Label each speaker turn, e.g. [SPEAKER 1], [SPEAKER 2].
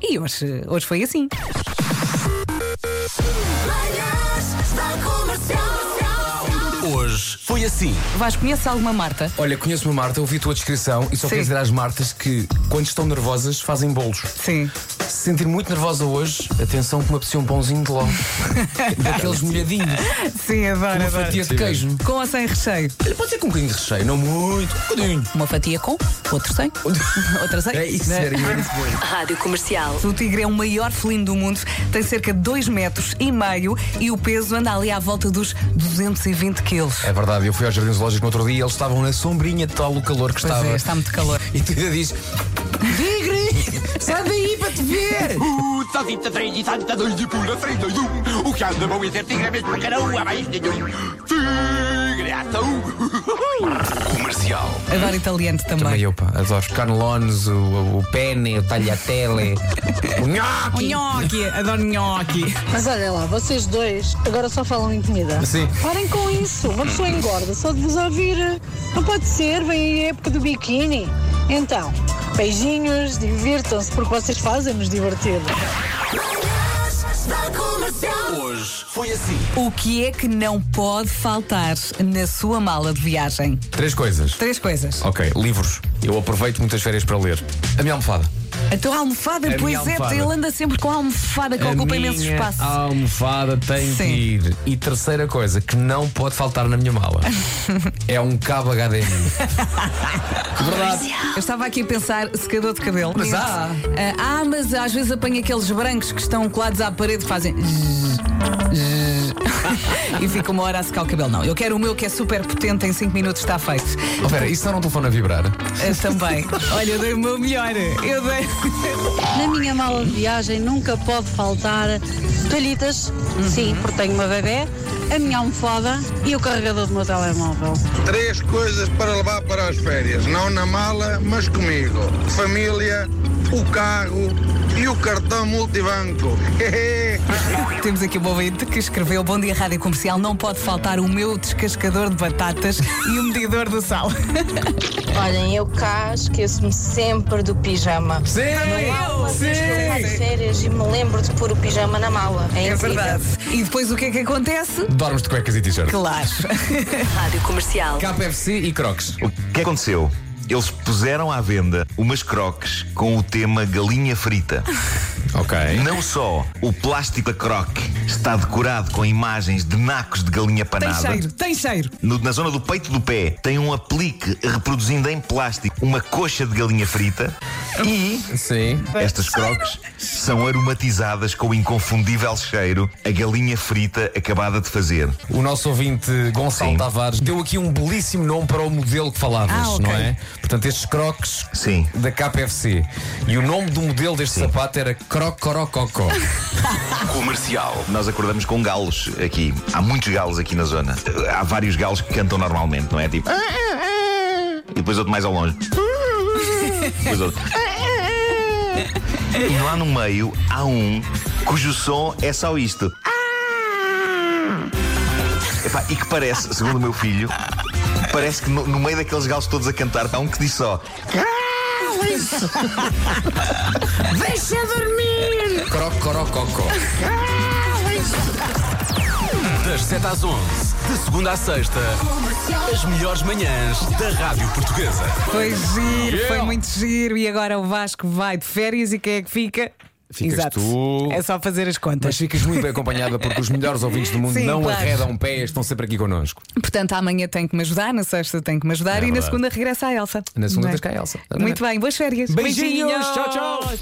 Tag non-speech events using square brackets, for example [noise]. [SPEAKER 1] E hoje, hoje foi assim.
[SPEAKER 2] Manhãs da Comercial.
[SPEAKER 3] Hoje foi assim.
[SPEAKER 1] Vais, conheces alguma Marta?
[SPEAKER 4] Olha, conheço uma Marta, ouvi a tua descrição e só
[SPEAKER 1] Sim.
[SPEAKER 4] quero dizer às Martas que, quando estão nervosas, fazem bolos.
[SPEAKER 1] Sim.
[SPEAKER 4] Se sentir muito nervosa hoje, atenção que me apetecia um pãozinho
[SPEAKER 1] [laughs]
[SPEAKER 4] de ló. Daqueles molhadinhos,
[SPEAKER 1] Sim, adoro,
[SPEAKER 4] uma
[SPEAKER 1] adoro.
[SPEAKER 4] fatia de queijo.
[SPEAKER 1] Com ou sem recheio?
[SPEAKER 4] Olha, pode ser com um bocadinho de recheio, não muito, um bocadinho.
[SPEAKER 1] Uma fatia com, outro
[SPEAKER 4] [laughs]
[SPEAKER 1] sem, outra sem.
[SPEAKER 4] É isso,
[SPEAKER 1] né?
[SPEAKER 4] era imenso.
[SPEAKER 5] Rádio Comercial.
[SPEAKER 1] O tigre é o maior felino do mundo, tem cerca de 2 metros e meio e o peso anda ali à volta dos 220 quilos.
[SPEAKER 4] É verdade, eu fui ao Jardim Zoológico no outro dia e eles estavam na sombrinha de tal o calor que
[SPEAKER 1] Pois
[SPEAKER 4] estava.
[SPEAKER 1] é, está muito calor.
[SPEAKER 4] E tu ainda dizes: Tigre, sai daí para te ver!
[SPEAKER 6] Só 23 e Santa dois de pura 31 O que anda bom e ser tigre é mesmo que não há mais nenhum Tigre é ação
[SPEAKER 3] Comercial.
[SPEAKER 1] Adoro italiano também.
[SPEAKER 4] Também eu, pá, adoro os canelones, o, o penne, o
[SPEAKER 1] [laughs]
[SPEAKER 4] tagliatelle, o
[SPEAKER 1] O
[SPEAKER 4] nhoque.
[SPEAKER 1] nhoque, adoro nhoque.
[SPEAKER 7] Mas olha lá, vocês dois agora só falam em comida.
[SPEAKER 4] Sim.
[SPEAKER 7] Parem com isso, uma pessoa engorda só de vos ouvir. Não pode ser, vem a época do biquíni. Então, beijinhos, divirtam-se, porque vocês fazem-nos divertir.
[SPEAKER 2] Manhãs da Comercial.
[SPEAKER 3] Hoje foi assim.
[SPEAKER 1] O que é que não pode faltar na sua mala de viagem?
[SPEAKER 4] Três coisas.
[SPEAKER 1] Três coisas.
[SPEAKER 4] Ok, livros. Eu aproveito muitas férias para ler. A minha almofada.
[SPEAKER 1] A tua almofada,
[SPEAKER 4] minha
[SPEAKER 1] pois
[SPEAKER 4] almofada.
[SPEAKER 1] é, ele anda sempre com a almofada que ocupa imenso espaço.
[SPEAKER 4] A almofada tem
[SPEAKER 1] Sim.
[SPEAKER 4] que ir. E terceira coisa que não pode faltar na minha
[SPEAKER 1] [laughs]
[SPEAKER 4] mala é um cabo HDMI. Verdade.
[SPEAKER 1] Eu estava aqui a pensar secador de cabelo.
[SPEAKER 4] Mas há.
[SPEAKER 1] Ah, ah, mas às vezes apanho aqueles brancos que estão colados à parede que fazem. zzz, zzz, [laughs] e fica uma hora a secar o cabelo. Não, eu quero o meu que é super potente, em 5 minutos está feito.
[SPEAKER 4] Oh, Espera, isso não é um telefone a vibrar?
[SPEAKER 1] Ah,
[SPEAKER 4] [laughs]
[SPEAKER 1] também. Olha, eu dei o meu melhor. Eu dei. [laughs]
[SPEAKER 7] Na minha mala de viagem nunca pode faltar toalhitas, sim, porque tenho uma bebê, a minha almofada e o carregador do meu telemóvel.
[SPEAKER 8] Três coisas para levar para as férias, não na mala, mas comigo. Família, o carro e o cartão multibanco. [laughs]
[SPEAKER 1] Temos aqui um ouvinte que escreveu Bom dia Rádio Comercial, não pode faltar o meu descascador de batatas e o medidor do sal.
[SPEAKER 9] Olhem, eu cá esqueço-me sempre do pijama.
[SPEAKER 4] Sim!
[SPEAKER 9] Estou de férias e me lembro de pôr o pijama na mala. É, incrível.
[SPEAKER 1] E depois o que é que acontece?
[SPEAKER 4] Dormes de cuecas e t-shirt.
[SPEAKER 1] Claro.
[SPEAKER 4] [laughs]
[SPEAKER 5] Rádio Comercial.
[SPEAKER 4] KFC e Crocs.
[SPEAKER 10] O que aconteceu? Eles puseram à venda umas croques com o tema galinha frita.
[SPEAKER 4] Ok.
[SPEAKER 10] Não só o plástico da croque está decorado com imagens de nacos de galinha
[SPEAKER 1] Tem
[SPEAKER 10] panada.
[SPEAKER 1] cheiro, tem cheiro.
[SPEAKER 10] No- na zona do peito do pé tem um aplique reproduzindo em plástico uma coxa de galinha frita. E
[SPEAKER 4] Sim.
[SPEAKER 10] estas croques são aromatizadas com o inconfundível cheiro a galinha frita acabada de fazer.
[SPEAKER 4] O nosso ouvinte Gonçalo
[SPEAKER 10] Sim.
[SPEAKER 4] Tavares deu aqui um belíssimo nome para o modelo que falavas,
[SPEAKER 1] Ah, ok.
[SPEAKER 4] não é? Portanto, estes crocs
[SPEAKER 10] Sim.
[SPEAKER 4] da KFC. E o nome do modelo deste sapato era Crocorococó.
[SPEAKER 3] Comercial.
[SPEAKER 10] Nós acordamos com galos aqui. Há muitos galos aqui na zona. Há vários galos que cantam normalmente, não é? Tipo. ah." E depois outro mais ao longe. Depois outro. E lá no meio há um cujo som é só isto. Epá, e que parece, segundo o meu filho, parece que no, no meio daqueles galos todos a cantar, há um que diz só.
[SPEAKER 4] Crocorococó.
[SPEAKER 3] Das 7 às 11, de segunda à sexta, as melhores manhãs da Rádio Portuguesa.
[SPEAKER 1] Foi giro,
[SPEAKER 4] Yeah.
[SPEAKER 1] foi muito giro. E agora o Vasco vai de férias e quem é que fica?
[SPEAKER 4] Ficas
[SPEAKER 1] Exato.
[SPEAKER 4] tu.
[SPEAKER 1] É só fazer as
[SPEAKER 4] Mas
[SPEAKER 1] contas.
[SPEAKER 4] ficas muito bem acompanhada porque os melhores ouvintes do mundo
[SPEAKER 1] Sim,
[SPEAKER 4] não
[SPEAKER 1] claro.
[SPEAKER 4] arredam pés, estão sempre aqui connosco.
[SPEAKER 1] Portanto, amanhã tem que me ajudar, na sexta tem que me ajudar e na
[SPEAKER 4] É verdade.
[SPEAKER 1] segunda regressa a Elsa.
[SPEAKER 4] Na segunda
[SPEAKER 1] Não é?
[SPEAKER 4] tens cá a Elsa.
[SPEAKER 1] Muito bem, boas férias.
[SPEAKER 4] Beijinhos, tchau, tchau.